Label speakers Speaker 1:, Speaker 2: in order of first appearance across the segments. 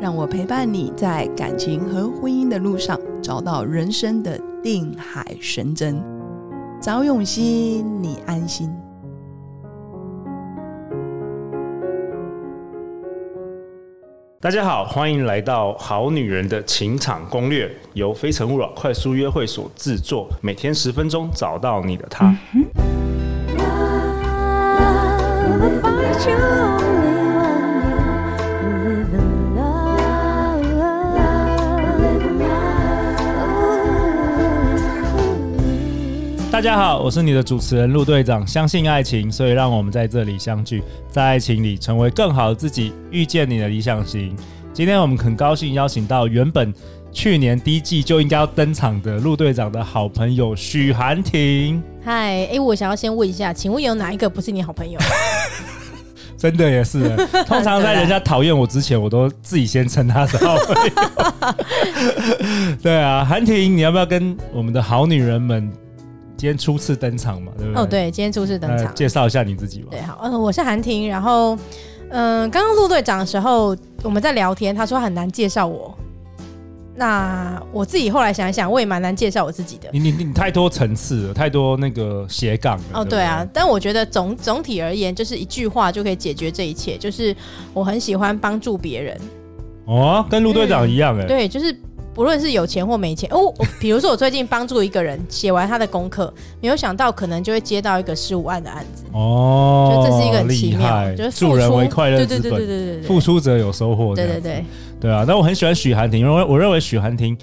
Speaker 1: 让我陪伴你在感情和婚姻的路上，找到人生的定海神针。找永熙，你安心。
Speaker 2: 大家好，欢迎来到《好女人的情场攻略》，由非诚勿扰快速约会所制作，每天十分钟，找到你的
Speaker 3: 嗯
Speaker 2: 他。
Speaker 4: Love, if I truly want you, live in love, love, live in love.
Speaker 3: 大家好，我是你的主持人陆队长。相信爱情，所以让我们在这里相聚，在爱情里成为更好的自己，遇见你的理想型。今天我们很高兴邀请到原本去年第一季就应该要登场的陆队长的好朋友许寒婷。
Speaker 5: 嗨，哎，我想要先问一下，请问有哪一个不是你好朋友？
Speaker 3: 真的也 是，通常在人家讨厌我之前，我都自己先称他是好朋友。 对啊，韩婷，你要不要跟我们的好女人们今天初次登场嘛？对不对？
Speaker 5: 哦，对，今天初次登
Speaker 3: 呃，
Speaker 5: 场。
Speaker 3: 介绍一下你自己吧。
Speaker 5: 对，好，嗯、我是韩婷。然后，嗯、刚刚陆队长的时候，我们在聊天，他说很难介绍我。那我自己后来想一想，我也蛮难介绍我自己的。
Speaker 3: 你你你太多层次了，太多那个斜杠了。
Speaker 5: 哦，
Speaker 3: 不
Speaker 5: 对啊，，但我觉得总总体而言，就是一句话就可以解决这一切。就是我很喜欢帮助别人，
Speaker 3: 哦，跟陆队长一样哎、
Speaker 5: 嗯对，就是不论是有钱或没钱，哦，我比如说我最近帮助一个人写完他的功课，没有想到可能就会接到一个十五万的案子。
Speaker 3: 哦，
Speaker 5: 就这是一个很奇
Speaker 3: 厉
Speaker 5: 妙，
Speaker 3: 害，
Speaker 5: 就是付
Speaker 3: 助人
Speaker 5: 出
Speaker 3: 为快乐之本，
Speaker 5: 对对对对对对对，
Speaker 3: 付出者有收获这
Speaker 5: 对
Speaker 3: 样
Speaker 5: 对
Speaker 3: 子。
Speaker 5: 对，
Speaker 3: 对啊，但我很喜欢许寒婷，因为我认为许寒婷，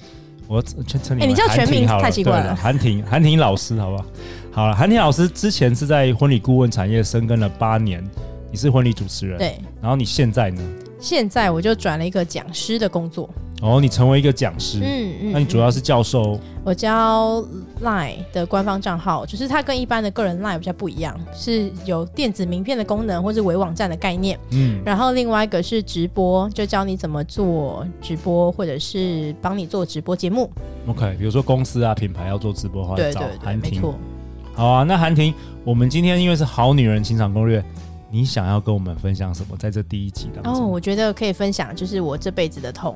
Speaker 3: 我全称你
Speaker 5: 哎你
Speaker 3: 为
Speaker 5: 叫
Speaker 3: 韩
Speaker 5: 全
Speaker 3: 婷
Speaker 5: 名
Speaker 3: 好了
Speaker 5: 太奇怪
Speaker 3: 对
Speaker 5: 了
Speaker 3: 韩婷，韩婷老师，好不好？好了，韩婷老师之前是在婚礼顾问产业深耕了八年，你是婚礼主持人，，
Speaker 5: 对。
Speaker 3: 然后你现在呢？
Speaker 5: 现在我就转了一个讲师的工作，
Speaker 3: 哦，你成为一个讲师，
Speaker 5: 嗯嗯
Speaker 3: 那你主要是教授
Speaker 5: 我教 Line 的官方账号，就是它跟一般的个人 Line 比较不一样，是有电子名片的功能或是微网站的概念。
Speaker 3: 嗯，
Speaker 5: 然后另外一个是直播，就教你怎么做直播，或者是帮你做直播节目。
Speaker 3: OK，比如说公司啊、品牌要做直播的话，
Speaker 5: 对
Speaker 3: 找
Speaker 5: 对对，
Speaker 3: 韩
Speaker 5: 没
Speaker 3: 婷。
Speaker 5: 错。
Speaker 3: 好啊，那韩婷，我们今天因为是好女人情场攻略，你想要跟我们分享什么？在这第一集当
Speaker 5: 哦，
Speaker 3: 中，
Speaker 5: 我觉得可以分享，就是我这辈子的痛，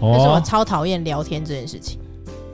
Speaker 3: 哦
Speaker 5: 但是我超讨厌聊天这件事情。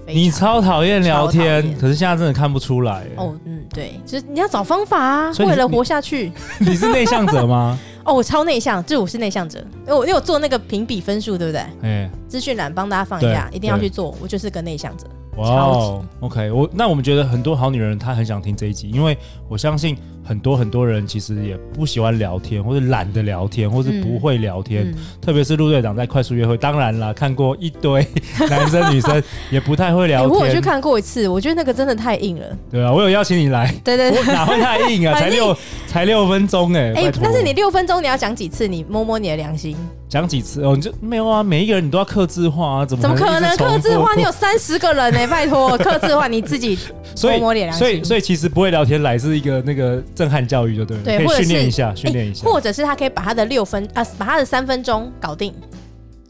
Speaker 5: 非
Speaker 3: 你
Speaker 5: 常
Speaker 3: 超讨厌聊
Speaker 5: 超讨
Speaker 3: 天，
Speaker 5: 厌
Speaker 3: 可是现在真的看不出来。哦，
Speaker 5: 哦，嗯，对，就是你要找方法啊，
Speaker 3: 所以你
Speaker 5: 为了活下去。
Speaker 3: 你是内向者 吗？
Speaker 5: 哦，我超内向，这我是内向者，因为我因为我做那个评比分数，对不对？
Speaker 3: 哎，
Speaker 5: 资讯栏帮大家放一下，
Speaker 3: 对
Speaker 5: 一定要
Speaker 3: 对
Speaker 5: 去做。我就是个内向者，
Speaker 3: 哇哦，OK，我那我们觉得很多好女人她很想听这一集，因为我相信很多很多人其实也不喜欢聊天，或者懒得聊天，或是不会聊天，
Speaker 5: 嗯，
Speaker 3: 特别是陆队长在快速约会，当然啦，看过一堆男生女生也不太会
Speaker 5: 哎
Speaker 3: 聊
Speaker 5: 我有去
Speaker 3: 天，
Speaker 5: 看过一次，我觉得那个真的太硬了。
Speaker 3: 对啊，我有邀请你来，
Speaker 5: 对对对
Speaker 3: 我。哪会太硬啊？才
Speaker 5: 反正
Speaker 3: 六才六分钟哎、
Speaker 5: 哎、
Speaker 3: 拜托
Speaker 5: 但是你六分钟你要讲几次？你摸摸你的良心，
Speaker 3: 讲几次哦？你就没有啊？每一个人你都要克制化啊？怎么
Speaker 5: 怎么可能
Speaker 3: 能
Speaker 5: 克制化？你有
Speaker 3: 有
Speaker 5: 三十个人呢、欸拜托，克制化你自己
Speaker 3: 所以
Speaker 5: 摸摸脸啊良心
Speaker 3: 所以所以其实不会聊天来是一个那个震撼教育，就对了，
Speaker 5: 对，
Speaker 3: 可
Speaker 5: 或
Speaker 3: 以
Speaker 5: 者
Speaker 3: 训练
Speaker 5: 是
Speaker 3: 一下，训
Speaker 5: 哎
Speaker 3: 练一下。。
Speaker 5: 或者是他可以把他的六分啊，把他的三分钟搞定，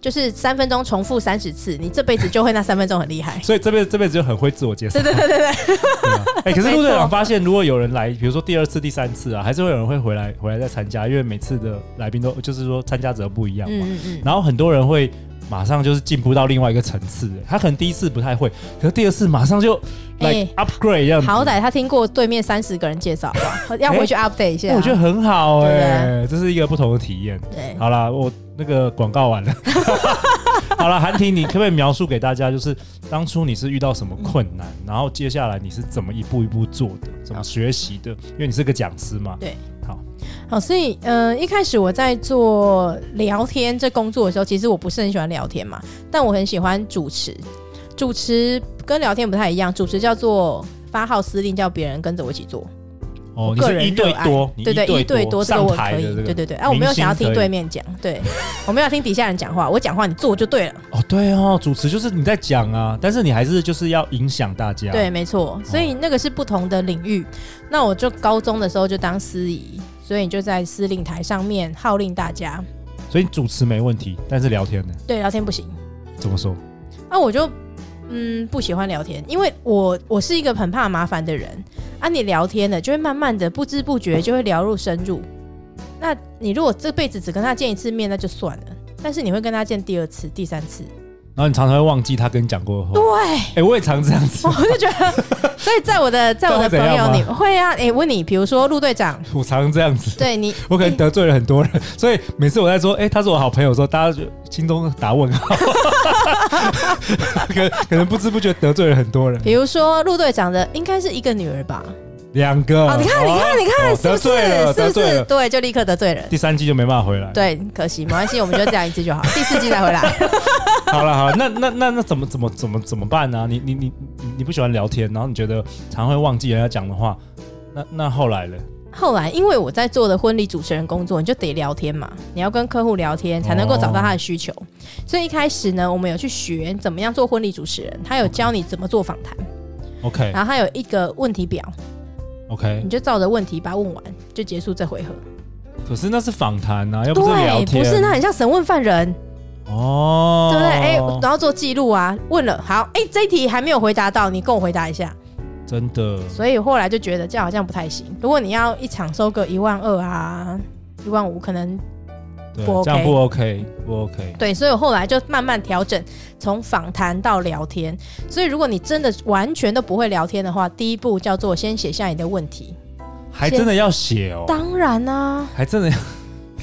Speaker 5: 就是三分钟重复三十次，你这辈子就会那三分钟很厉害
Speaker 3: 所以这辈子这辈子就很会自我介绍。
Speaker 5: 对对对对对，
Speaker 3: 对啊哎、可是
Speaker 5: 没错
Speaker 3: 陆队长发现，如果有人来，比如说第二次、第三次啊，还是会有人会回来回来再参加，因为每次的来宾都就是说参加者不一样嘛。
Speaker 5: 嗯嗯嗯，
Speaker 3: 然后很多人会马上就是进步到另外一个层次，他可能第一次不太会，可是第二次马上就来、
Speaker 5: 哎
Speaker 3: upgrade 这样子。
Speaker 5: 好歹他听过对面三十个人介绍，好不 好要回去 update 一下。
Speaker 3: 哎我觉得很好
Speaker 5: 啊对
Speaker 3: 哎、
Speaker 5: 啊
Speaker 3: 这是一个不同的体验。
Speaker 5: 对，
Speaker 3: 好啦，我那个广告完了。 好了，韩婷，你可不可以描述给大家，就是当初你是遇到什么困难，然后接下来你是怎么一步一步做的，怎么学习的？因为你是个讲师嘛。
Speaker 5: 对。
Speaker 3: 好，
Speaker 5: 好，所以嗯，一开始我在做聊天这工作的时候，其实我不是很喜欢聊天嘛，但我很喜欢主持。主持跟聊天不太一样，主持叫做发号司令，叫别人跟着我一起做。
Speaker 3: 哦，你
Speaker 5: 个
Speaker 3: 是
Speaker 5: 人
Speaker 3: 一对
Speaker 5: 热爱
Speaker 3: 多，你
Speaker 5: 对对，一对多这个
Speaker 3: 上
Speaker 5: 我
Speaker 3: 台
Speaker 5: 可
Speaker 3: 的
Speaker 5: 以
Speaker 3: 这个，
Speaker 5: 对对对。啊，我没有想要听对
Speaker 3: 明星
Speaker 5: 面讲，对， 我没有要听底下人讲话，我讲话你做就对了，
Speaker 3: 可以。哦，对哦，主持就是你在讲啊，但是你还是就是要影响大家。
Speaker 5: 对，，没
Speaker 3: 哦
Speaker 5: 错。所以那个是不同的领域。那我就高中的时候就当司仪，所以你就在司令台上面号令大家，
Speaker 3: 所以你主持没问题，但是聊天呢？
Speaker 5: 对，聊天不行。
Speaker 3: 怎么说？
Speaker 5: 啊，我就嗯不喜欢聊天，因为我我是一个很怕麻烦的人啊。你聊天了，就会慢慢的不知不觉就会聊入深入。那你如果这辈子只跟他见一次面，那就算了。但是你会跟他见第二次、第三次，
Speaker 3: 然后你常常会忘记他跟你讲过 的话。
Speaker 5: 对，
Speaker 3: 哎、我也常这样子，
Speaker 5: 我就觉得，所以在我的在我的
Speaker 3: 这样会怎
Speaker 5: 朋
Speaker 3: 样
Speaker 5: 友
Speaker 3: 吗
Speaker 5: 里会啊，哎、问你，比如说陆队长，
Speaker 3: 我常这样子。
Speaker 5: 对你，
Speaker 3: 我可能得罪了很多人， 所以每次我在说“哎、他是我好朋友”的时候，大家就心中打问号， 可可能不知不觉得罪了很多人。
Speaker 5: 比如说陆队长的应该是一个女儿吧？
Speaker 3: 两个，
Speaker 5: 啊，你看，
Speaker 3: 哦
Speaker 5: 你看，你看，
Speaker 3: 哦
Speaker 5: 是不
Speaker 3: 得罪了，得
Speaker 5: 是？是不
Speaker 3: 罪
Speaker 5: 是？
Speaker 3: 了。
Speaker 5: 对，就立刻得罪人。
Speaker 3: 第三季就没办法回来。，
Speaker 5: 对，可惜，没关系，我们就这样一次就 好，第四季再回来。
Speaker 3: 好了好了，那那那那怎么怎么怎么怎么办呢、你你你你你不喜欢聊天，然后你觉得常会忘记人家讲的话，那那后来呢？
Speaker 5: 后来，因为我在做的婚礼主持人工作，你就得聊天嘛，你要跟客户聊天才能够找到他的需求。所以一开始呢，我们有去学怎么样做婚礼主持人，他有教你怎么做访谈，
Speaker 3: OK
Speaker 5: 然后他有一个问题表，
Speaker 3: OK，
Speaker 5: 你就照着问题把它问完，就结束这回合。
Speaker 3: 可是那是访谈啊，又不是聊
Speaker 5: 对，
Speaker 3: 天，
Speaker 5: 不是，那很像审问犯人，
Speaker 3: 哦，
Speaker 5: 对不对？哎、然后做记录啊，问了，好，哎、这一题还没有回答到，你跟我回答一下。
Speaker 3: 真的，
Speaker 5: 所以后来就觉得这样好像不太行。如果你要一场收个一万二啊，一万五，可能
Speaker 3: 对
Speaker 5: 不 OK
Speaker 3: 这样不 OK，不 OK，
Speaker 5: 对，所以我后来就慢慢调整，从访谈到聊天。所以如果你真的完全都不会聊天的话，第一步叫做先写下你的问题。
Speaker 3: 还真的要写哦，
Speaker 5: 当然啊，
Speaker 3: 还真的要，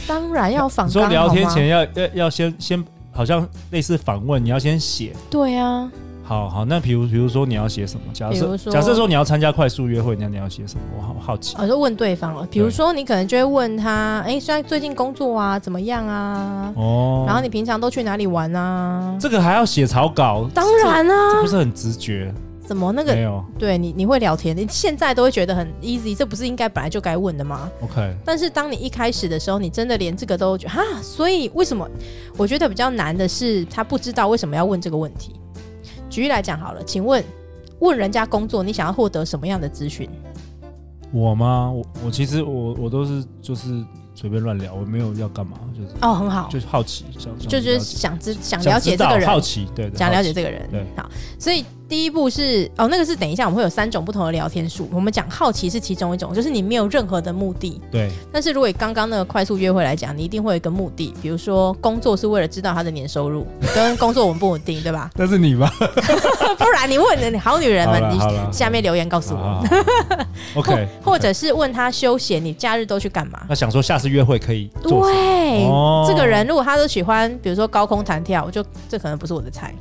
Speaker 5: 当然要访
Speaker 3: 你
Speaker 5: 纲
Speaker 3: 说聊天前
Speaker 5: 好吗？
Speaker 3: 要要要先先，好像类似访问，你要先写。
Speaker 5: 对啊，
Speaker 3: 好好，那比如比如说你要写什么？假
Speaker 5: 比
Speaker 3: 设
Speaker 5: 如说哦
Speaker 3: 假设说你要参加快速约会，那你要写什么？我好好奇。
Speaker 5: 我就问对方了。比如说你可能就会问他，哎、现在最近工作啊怎么样啊？
Speaker 3: 哦，
Speaker 5: 然后你平常都去哪里玩啊？
Speaker 3: 这个还要写草稿，
Speaker 5: 当然
Speaker 3: 这
Speaker 5: 啊
Speaker 3: 不，是很直觉，
Speaker 5: 怎么那个
Speaker 3: 没有
Speaker 5: 对你，你会聊天，你现在都会觉得很 easy，这不是应该本来就该问的吗？
Speaker 3: OK，
Speaker 5: 但是当你一开始的时候，你真的连这个都觉得哈，所以为什么？我觉得比较难的是他不知道为什么要问这个问题。举例来讲好了，请问问人家工作，你想要获得什么样的资讯？
Speaker 3: 我吗？我我其实我我都是就是随便乱聊，我没有要干嘛，就是
Speaker 5: 哦，很好，
Speaker 3: 就是好奇，想想
Speaker 5: 就是
Speaker 3: 了解
Speaker 5: 想知想
Speaker 3: 想
Speaker 5: 了解
Speaker 3: 知
Speaker 5: 这
Speaker 3: 道
Speaker 5: 个人，
Speaker 3: 好奇，对，对
Speaker 5: 想了解
Speaker 3: 好奇
Speaker 5: 这个人
Speaker 3: 对。
Speaker 5: 好，所以第一步是哦，那个是等一下我们会有三种不同的聊天术，我们讲好奇是其中一种，就是你没有任何的目的，
Speaker 3: 对？
Speaker 5: 但是如果以刚刚那个快速约会来讲，你一定会有一个目的，比如说工作是为了知道他的年收入，跟工作稳不稳定，对吧
Speaker 3: 但是你吧，
Speaker 5: 不然你问你好女人
Speaker 3: 好
Speaker 5: 们，
Speaker 3: 了好
Speaker 5: 你
Speaker 3: 了
Speaker 5: 下面留言告诉
Speaker 3: 好好好
Speaker 5: 我，
Speaker 3: OK，
Speaker 5: 或者是问他休闲，你假日都去干嘛？
Speaker 3: 那想说下次约会可以做什么
Speaker 5: 对，
Speaker 3: 哦
Speaker 5: 这个人如果他都喜欢，比如说高空弹跳，我就这可能不是我的菜。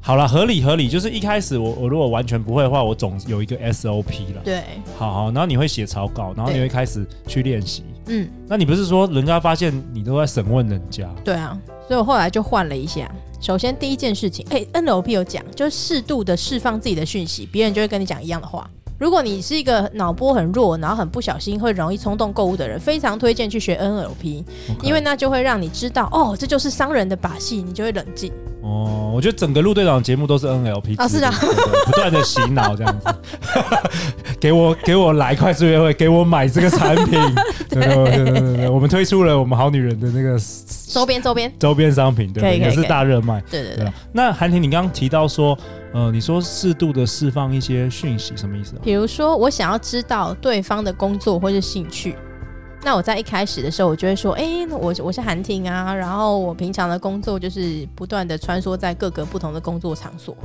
Speaker 3: 好了，合理合理，就是一开始我我如果完全不会的话，我总有一个 SOP 了。
Speaker 5: 对，
Speaker 3: 好好，然后你会写草稿，然后你
Speaker 5: 对
Speaker 3: 会开始去练习。
Speaker 5: 嗯，
Speaker 3: 那你不是说人家发现你都在审问人家？
Speaker 5: 对啊，所以我后来就换了一下。首先第一件事情，哎、n l p 有讲，就是适度的释放自己的讯息，别人就会跟你讲一样的话。如果你是一个脑波很弱，然后很不小心会容易冲动购物的人，非常推荐去学 NLP，
Speaker 3: OK
Speaker 5: 因为那就会让你知道，哦，这就是商人的把戏，你就会冷静。
Speaker 3: 哦，我觉得整个陆队长节目都是 NLP
Speaker 5: 啊是的
Speaker 3: 制作的不断的洗脑这样子，给我给我来快速约会，给我买这个产品。对对对对对对，我们推出了我们好女人的那个
Speaker 5: 周边，周边，
Speaker 3: 周边商品，对
Speaker 5: 可
Speaker 3: 对，
Speaker 5: 以可以
Speaker 3: 也是
Speaker 5: 可以
Speaker 3: 大热卖。
Speaker 5: 对对
Speaker 3: 对
Speaker 5: 对
Speaker 3: 啊。，那韩婷，你刚刚提到说，呃，你说适度的释放一些讯息，什么意思啊？
Speaker 5: 比如说，我想要知道对方的工作或是兴趣，那我在一开始的时候，我就会说，哎、我我是韩婷啊，然后我平常的工作就是不断的穿梭在各个不同的工作场所，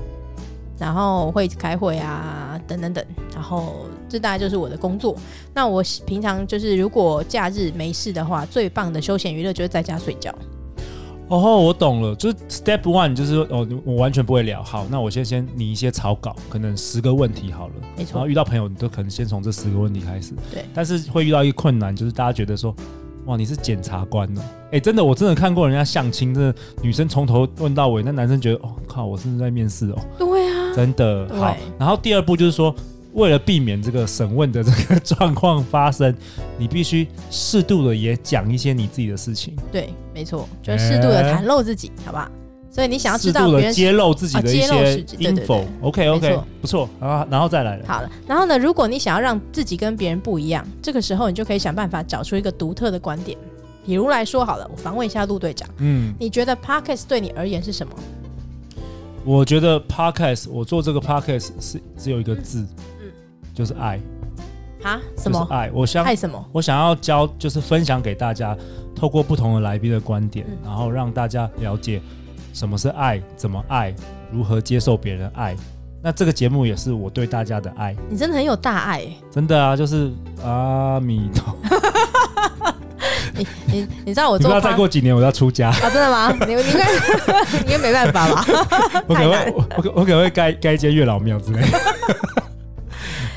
Speaker 5: 然后会开会啊，等等等，然后这大概就是我的工作。那我平常就是如果假日没事的话，最棒的休闲娱乐就是在家睡觉。
Speaker 3: 哦，我懂了，就是 step one，就是说哦，我完全不会聊。好，那我先先拟一些草稿，可能十个问题好了。
Speaker 5: 没
Speaker 3: 然后
Speaker 5: 错，
Speaker 3: 遇到朋友，你都可能先从这十个问题开始。
Speaker 5: 对
Speaker 3: 但是会遇到一个困难，就是大家觉得说，哇，你是检察官哦。哎，真的，我真的看过人家相亲，真的女生从头问到尾，那男生觉得，哦靠，我是不是在面试哦？
Speaker 5: 对 啊，
Speaker 3: 真的
Speaker 5: 对
Speaker 3: 好。然后第二步就是说，为了避免这个审问的这个状况发生，你必须适度的也讲一些你自己的事情，
Speaker 5: 对，没错，就是适度的
Speaker 3: 哎
Speaker 5: 袒露自己，好不好？所以你想要知
Speaker 3: 适
Speaker 5: 道
Speaker 3: 度
Speaker 5: 别
Speaker 3: 的
Speaker 5: 人
Speaker 3: 揭露自己的一
Speaker 5: 啊揭露
Speaker 3: 些
Speaker 5: 是指对对
Speaker 3: info
Speaker 5: 对。
Speaker 3: OK
Speaker 5: 没
Speaker 3: OK，
Speaker 5: 错
Speaker 3: 不错啊，然后再来了。
Speaker 5: 好了，然后呢，如果你想要让自己跟别人不一样，这个时候你就可以想办法找出一个独特的观点。比如来说好了，我访问一下陆队长，
Speaker 3: 嗯，
Speaker 5: 你觉得 Podcast 对你而言是什么？
Speaker 3: 我觉得 podcast，我做这个 podcast 是只有一个字，
Speaker 5: 嗯
Speaker 3: 就是爱，
Speaker 5: 啊？
Speaker 3: 就
Speaker 5: 什
Speaker 3: 是
Speaker 5: 么？
Speaker 3: 爱。我想
Speaker 5: 爱什么？
Speaker 3: 我想要教，就是分享给大家，透过不同的来宾的观点，
Speaker 5: 嗯
Speaker 3: 然后让大家了解什么是爱，怎么爱，如何接受别人的爱。那这个节目也是我对大家的爱，
Speaker 5: 你真的很有大爱欸、
Speaker 3: 真的啊，就是啊阿弥陀。
Speaker 5: 你你你知道 我
Speaker 3: 你不
Speaker 5: 做
Speaker 3: 要再
Speaker 5: pod-
Speaker 3: 过几年我要出 家，
Speaker 5: 啊？真的吗？你你应 该你应该没办法吧？
Speaker 3: 我可能
Speaker 5: 太
Speaker 3: 会我我可我可能会盖盖一间月老庙之类 的。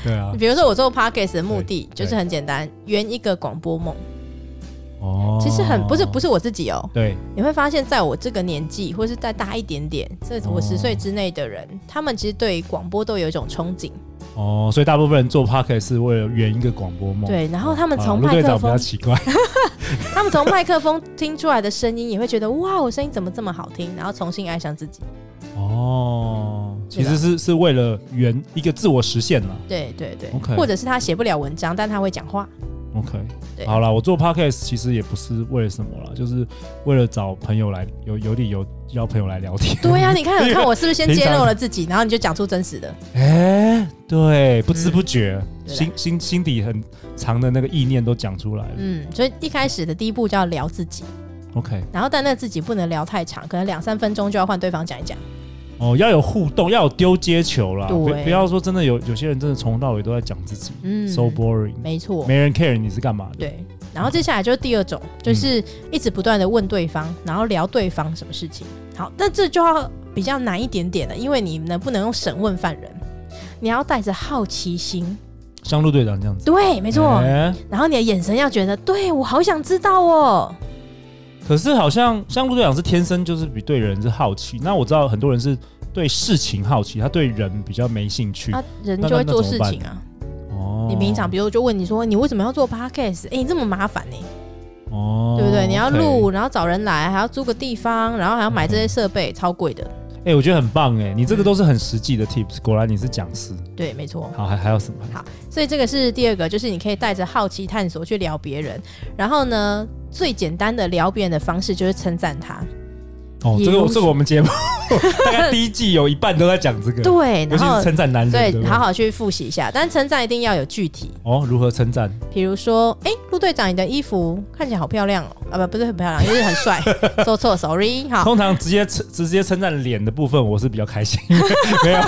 Speaker 3: 对啊，
Speaker 5: 比如说我做 podcast 的目的
Speaker 3: 对
Speaker 5: 就是很简单，圆一个广播梦。
Speaker 3: 哦，
Speaker 5: 其实很不是不
Speaker 3: 是，
Speaker 5: 是我自己哦，
Speaker 3: 对，
Speaker 5: 你会发现在我这个年纪，或是再大一点点，这
Speaker 3: 哦
Speaker 5: 我十岁之内的人，他们其实对广播都有一种憧憬。
Speaker 3: 哦，所以大部分人做 podcast 是为了圆一个广播梦。
Speaker 5: 对，然后他们
Speaker 3: 啊，
Speaker 5: 从
Speaker 3: 陆
Speaker 5: 麦
Speaker 3: 队
Speaker 5: 克
Speaker 3: 长比
Speaker 5: 风，
Speaker 3: 较奇怪，
Speaker 5: 他们从麦克风听出来的声音，也会觉得哇，我声音怎么这么好听？然后重新爱上自己。
Speaker 3: 哦，其
Speaker 5: 对啊吧
Speaker 3: 实是是为了圆一个自我实现了。
Speaker 5: 对对对
Speaker 3: OK
Speaker 5: 或者是他写不了文章，但他会讲话。
Speaker 3: OK，
Speaker 5: 对
Speaker 3: 好啦，我做 podcast 其实也不是为了什么啦，就是为了找朋友来有有理由邀朋友来聊天。
Speaker 5: 对呀、啊你看，你看我是不是先
Speaker 3: 平
Speaker 5: 揭
Speaker 3: 常
Speaker 5: 露了自己，然后你就讲出真实的？
Speaker 3: 哎、对，不知不觉，
Speaker 5: 嗯对啦
Speaker 3: 心心心底很长的那个意念都讲出来了。
Speaker 5: 嗯，所以一开始的第一步就要聊自己，
Speaker 3: OK，
Speaker 5: 然后但那自己不能聊太长，可能两三分钟就要换对方讲一讲。
Speaker 3: 哦，要有互动，要有丢接球啦，不
Speaker 5: 对
Speaker 3: 不要说真的有有些人真的从头到尾都在讲自己、
Speaker 5: 嗯
Speaker 3: s o boring，
Speaker 5: 没错，
Speaker 3: 没人 care 你是干嘛的。
Speaker 5: 对。然后接下来就是第二种，
Speaker 3: 嗯
Speaker 5: 就是一直不断的问对方，然后聊对方什么事情。好，但这就要比较难一点点了，因为你能不能用审问犯人？你要带着好奇心，
Speaker 3: 像陆队长这样子，
Speaker 5: 对，没错。
Speaker 3: 哎
Speaker 5: 然后你的眼神要觉得，对我好想知道哦。
Speaker 3: 可是好像像陆队长是天生就是比对人是好奇，那我知道很多人是对事情好奇，他对人比较没兴趣。
Speaker 5: 啊，人
Speaker 3: 嗯那
Speaker 5: 就会
Speaker 3: 那
Speaker 5: 做
Speaker 3: 怎么
Speaker 5: 事
Speaker 3: 办
Speaker 5: 情啊。
Speaker 3: 哦
Speaker 5: 你平常比如就问你说，你为什么要做 podcast？哎、你这么麻烦呢、
Speaker 3: 哦
Speaker 5: 对不对？你要
Speaker 3: OK 嗯
Speaker 5: 录，然后找人来，还要租个地方，然后还要买这些设备，超贵的。
Speaker 3: 哎、我觉得很棒哎，你这个都是很实际的 tips，果
Speaker 5: 嗯
Speaker 3: 然你是讲师。
Speaker 5: 对，没错。
Speaker 3: 好，还还有什么？
Speaker 5: 所以这个是第二个，就是你可以带着好奇探索去聊别人。然后呢，最简单的聊别人的方式就是称赞他。
Speaker 3: 哦，
Speaker 5: 也
Speaker 3: 这个
Speaker 5: 有
Speaker 3: 我这个我们节 目大概第一季有一半都在讲这个，
Speaker 5: 对，
Speaker 3: 尤
Speaker 5: 然
Speaker 3: 其
Speaker 5: 后
Speaker 3: 是称赞男人，对不
Speaker 5: 对，
Speaker 3: 对
Speaker 5: 好好去复习一下。但称赞一定要有具体，
Speaker 3: 哦，如何称赞？
Speaker 5: 比如说，哎、陆队长，你的衣服看起来好漂亮哦。啊，不，不是很漂亮，就是很 帅。说错，sorry。好，
Speaker 3: 通常直接称直接称赞脸的部分，我是比较开 心，没有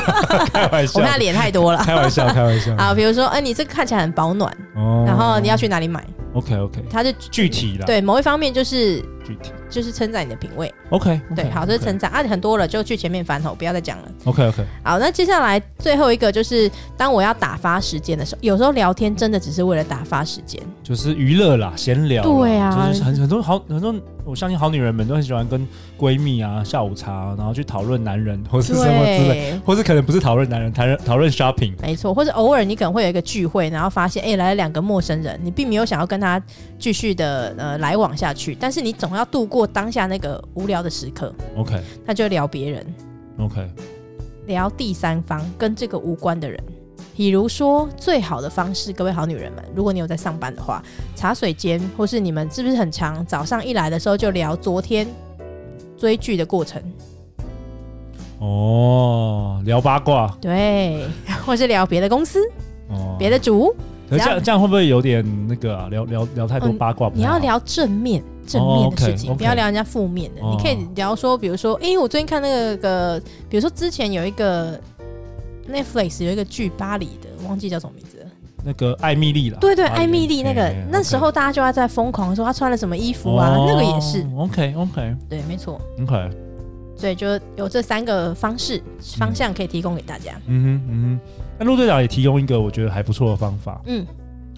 Speaker 3: 开玩
Speaker 5: 我
Speaker 3: 笑
Speaker 5: 们，俩脸太多了。
Speaker 3: 开玩笑，开玩笑。
Speaker 5: 啊，比如说，哎、你这个看起来很保暖，
Speaker 3: 哦啊
Speaker 5: 然后你要去哪里买？
Speaker 3: OK OK，
Speaker 5: 他就
Speaker 3: 具体啦，
Speaker 5: 对某一方面就是
Speaker 3: 具体
Speaker 5: 就是称赞你的品味，
Speaker 3: OK，
Speaker 5: 对，好，这是称赞啊，很多了，就去前面翻吼，不要再讲了。
Speaker 3: OK OK，
Speaker 5: 好，那接下来最后一个就是，当我要打发时间的时候，有时候聊天真的只是为了打发时间，
Speaker 3: 就是娱乐啦，闲聊啦，
Speaker 5: 对啊
Speaker 3: 就是很很多好很多，我相信好女人们都很喜欢跟闺蜜啊下午茶啊，然后去讨论男人或是什么之类，
Speaker 5: 对。
Speaker 3: 或是可能不是讨论男人，讨论讨论 shopping，
Speaker 5: 没错，或者偶尔你可能会有一个聚会，然后发现哎、来了两个陌生人，你并没有想要跟他继续的呃来往下去，但是你总要度过当下那个无聊的时刻，
Speaker 3: OK
Speaker 5: 那就聊别人，
Speaker 3: OK，
Speaker 5: 聊第三方跟这个无关的人。比如说，最好的方式，各位好女人们，如果你有在上班的话，茶水间，或是你们是不是很常早上一来的时候就聊昨天追剧的过程，
Speaker 3: 哦，聊八卦
Speaker 5: 对， 或是聊别的公司、
Speaker 3: 哦，
Speaker 5: 别的主，
Speaker 3: 可是这样这样会不会有点那个啊？聊聊聊太多
Speaker 5: 嗯
Speaker 3: 八卦不太
Speaker 5: 你要
Speaker 3: 好，
Speaker 5: 聊正面正面的事情，
Speaker 3: 哦 OK，OK
Speaker 5: 不要聊人家负面的。
Speaker 3: 哦
Speaker 5: 你可以聊说，比如说，诶，我最近看那个，比如说之前有一个 Netflix 有一个剧巴黎的，忘记叫什么名字了。
Speaker 3: 那个艾米丽啦，
Speaker 5: 对对，
Speaker 3: 巴黎
Speaker 5: 艾米丽那个
Speaker 3: 嘿嘿
Speaker 5: 那
Speaker 3: OK 哦
Speaker 5: 时候大家就要在疯狂地说她穿了什么衣服啊，那个也是
Speaker 3: OK OK
Speaker 5: 对，没错。
Speaker 3: OK，
Speaker 5: 所以就有这三个方式方向可以提供给大家。
Speaker 3: 嗯哼嗯哼，那陆队长也提供一个我觉得还不错的方法，
Speaker 5: 嗯，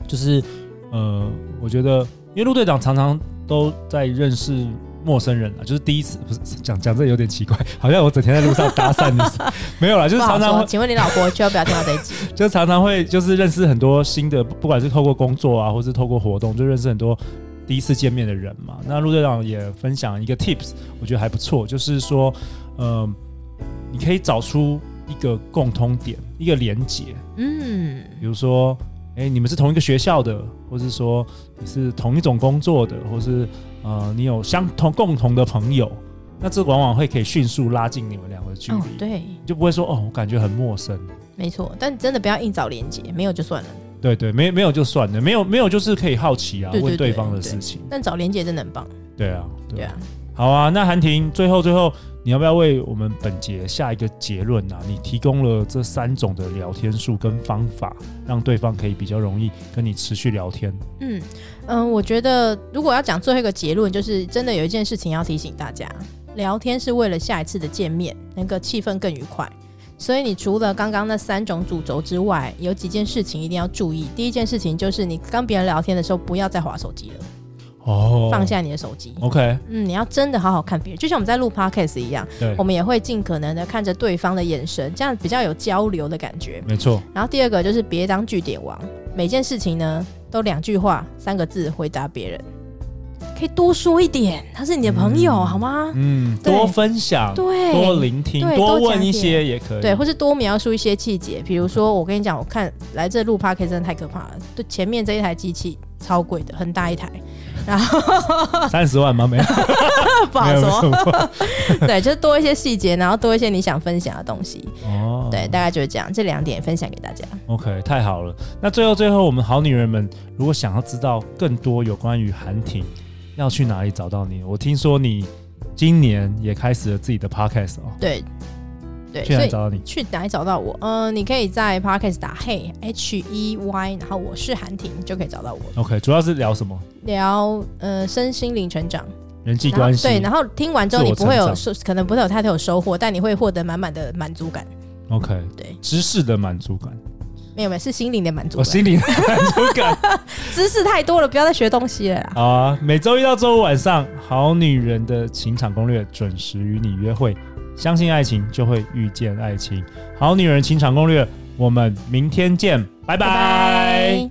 Speaker 3: 就是呃，我觉得因为陆队长常常都在认识陌生人啊，就是第一次，不是讲讲这有点奇怪，好像我整天在路上搭讪你 似的，没有啦，就是
Speaker 5: 不好
Speaker 3: 常常
Speaker 5: 说。
Speaker 3: 会，
Speaker 5: 请问你老婆就要不要听到这 一集？
Speaker 3: 就常常会就是认识很多新的，不不管是透过工作啊，或是透过活动，就认识很多第一次见面的人嘛。那陆队长也分享一个 tips，我觉得还不错，就是说，呃，你可以找出一个共通点，一个连结，
Speaker 5: 嗯，
Speaker 3: 比如说，哎、你们是同一个学校的，或是说你是同一种工作的，或是呃，你有相同共同的朋友，那这往往会可以迅速拉近你们两个的距离、
Speaker 5: 哦，，对，
Speaker 3: 就不会说哦，我感觉很陌生。
Speaker 5: 没错，但真的不要硬找连接，没有就算了。
Speaker 3: 对对，没没有就算了，没有没有就是可以好奇啊，
Speaker 5: 对对
Speaker 3: 问对
Speaker 5: 对
Speaker 3: 方的
Speaker 5: 对
Speaker 3: 事情。
Speaker 5: 但找连接真的很棒，
Speaker 3: 对啊，
Speaker 5: 对啊。
Speaker 3: 好啊，那韩婷，最后最后，你要不要为我们本节下一个结论啊？你提供了这三种的聊天术跟方法，让对方可以比较容易跟你持续聊天。
Speaker 5: 嗯嗯，我觉得如果要讲最后一个结论，就是真的有一件事情要提醒大家：聊天是为了下一次的见面，能够气氛更愉快。所以，你除了刚刚那三种主轴之外，有几件事情一定要注意。第一件事情就是，你跟别人聊天的时候，不要再划手机了，
Speaker 3: 哦，
Speaker 5: 放下你的手机。
Speaker 3: OK，
Speaker 5: 嗯，你要真的好好看别人，就像我们在录 podcast 一样，
Speaker 3: 对
Speaker 5: 我，们也会尽可能的看着对方的眼神，这样比较有交流的感觉。
Speaker 3: 没错，
Speaker 5: 然后第二个就是别当据点王，每件事情呢都两句话、三个字回答别人，可以多说一点，他是你的朋友、
Speaker 3: 嗯
Speaker 5: 好吗？
Speaker 3: 嗯，
Speaker 5: 对
Speaker 3: 多分享，
Speaker 5: 对，
Speaker 3: 多聆听，
Speaker 5: 对
Speaker 3: 多
Speaker 5: 多讲
Speaker 3: 问一
Speaker 5: 点
Speaker 3: 些也可以。
Speaker 5: 对，或是多描述一些细节，比如说我跟你讲，我看来这录 p o d 真的太可怕了，对，前面这一台机器超贵的，很大一台，然后
Speaker 3: 三十万吗？没有，
Speaker 5: 不
Speaker 3: 没
Speaker 5: 好
Speaker 3: 有
Speaker 5: 说，
Speaker 3: 没 有
Speaker 5: 对，就是多一些细节，然后多一些你想分享的东西，
Speaker 3: 哦，
Speaker 5: 对，大概就是这样，这两点分享给大家。
Speaker 3: OK，太好了。那最后最后，我们好女人们如果想要知道更多有关于韩婷，要去哪里找到你？我听说你今年也开始了自己的 Podcast 哦，
Speaker 5: 对，对，
Speaker 3: 去
Speaker 5: 所
Speaker 3: 哪里
Speaker 5: 以
Speaker 3: 找到你？
Speaker 5: 去哪里找到我？嗯、你可以在 Podcast 打 Hey H E Y，然后我是韩婷，就可以找到我
Speaker 3: OK，主要是聊什么？
Speaker 5: 聊呃身心灵成长，
Speaker 3: 人际
Speaker 5: 然后
Speaker 3: 关系。
Speaker 5: 对，然后听完之后
Speaker 3: 自
Speaker 5: 你
Speaker 3: 我
Speaker 5: 不会有
Speaker 3: 成
Speaker 5: 收，可能不会有太多有收获，但你会获得满满的满足感。
Speaker 3: OK，
Speaker 5: 对，
Speaker 3: 知识的满足感，
Speaker 5: 没有没有，是心灵的满足
Speaker 3: 我
Speaker 5: 感。
Speaker 3: 哦心里的满足感。
Speaker 5: 知识太多了，不要再学东西了啦。
Speaker 3: 好啊，每周一到周五晚上，《好女人的情场攻略》准时与你约会。相信爱情，就会遇见爱情。《好女人情场攻略》，我们明天见，拜拜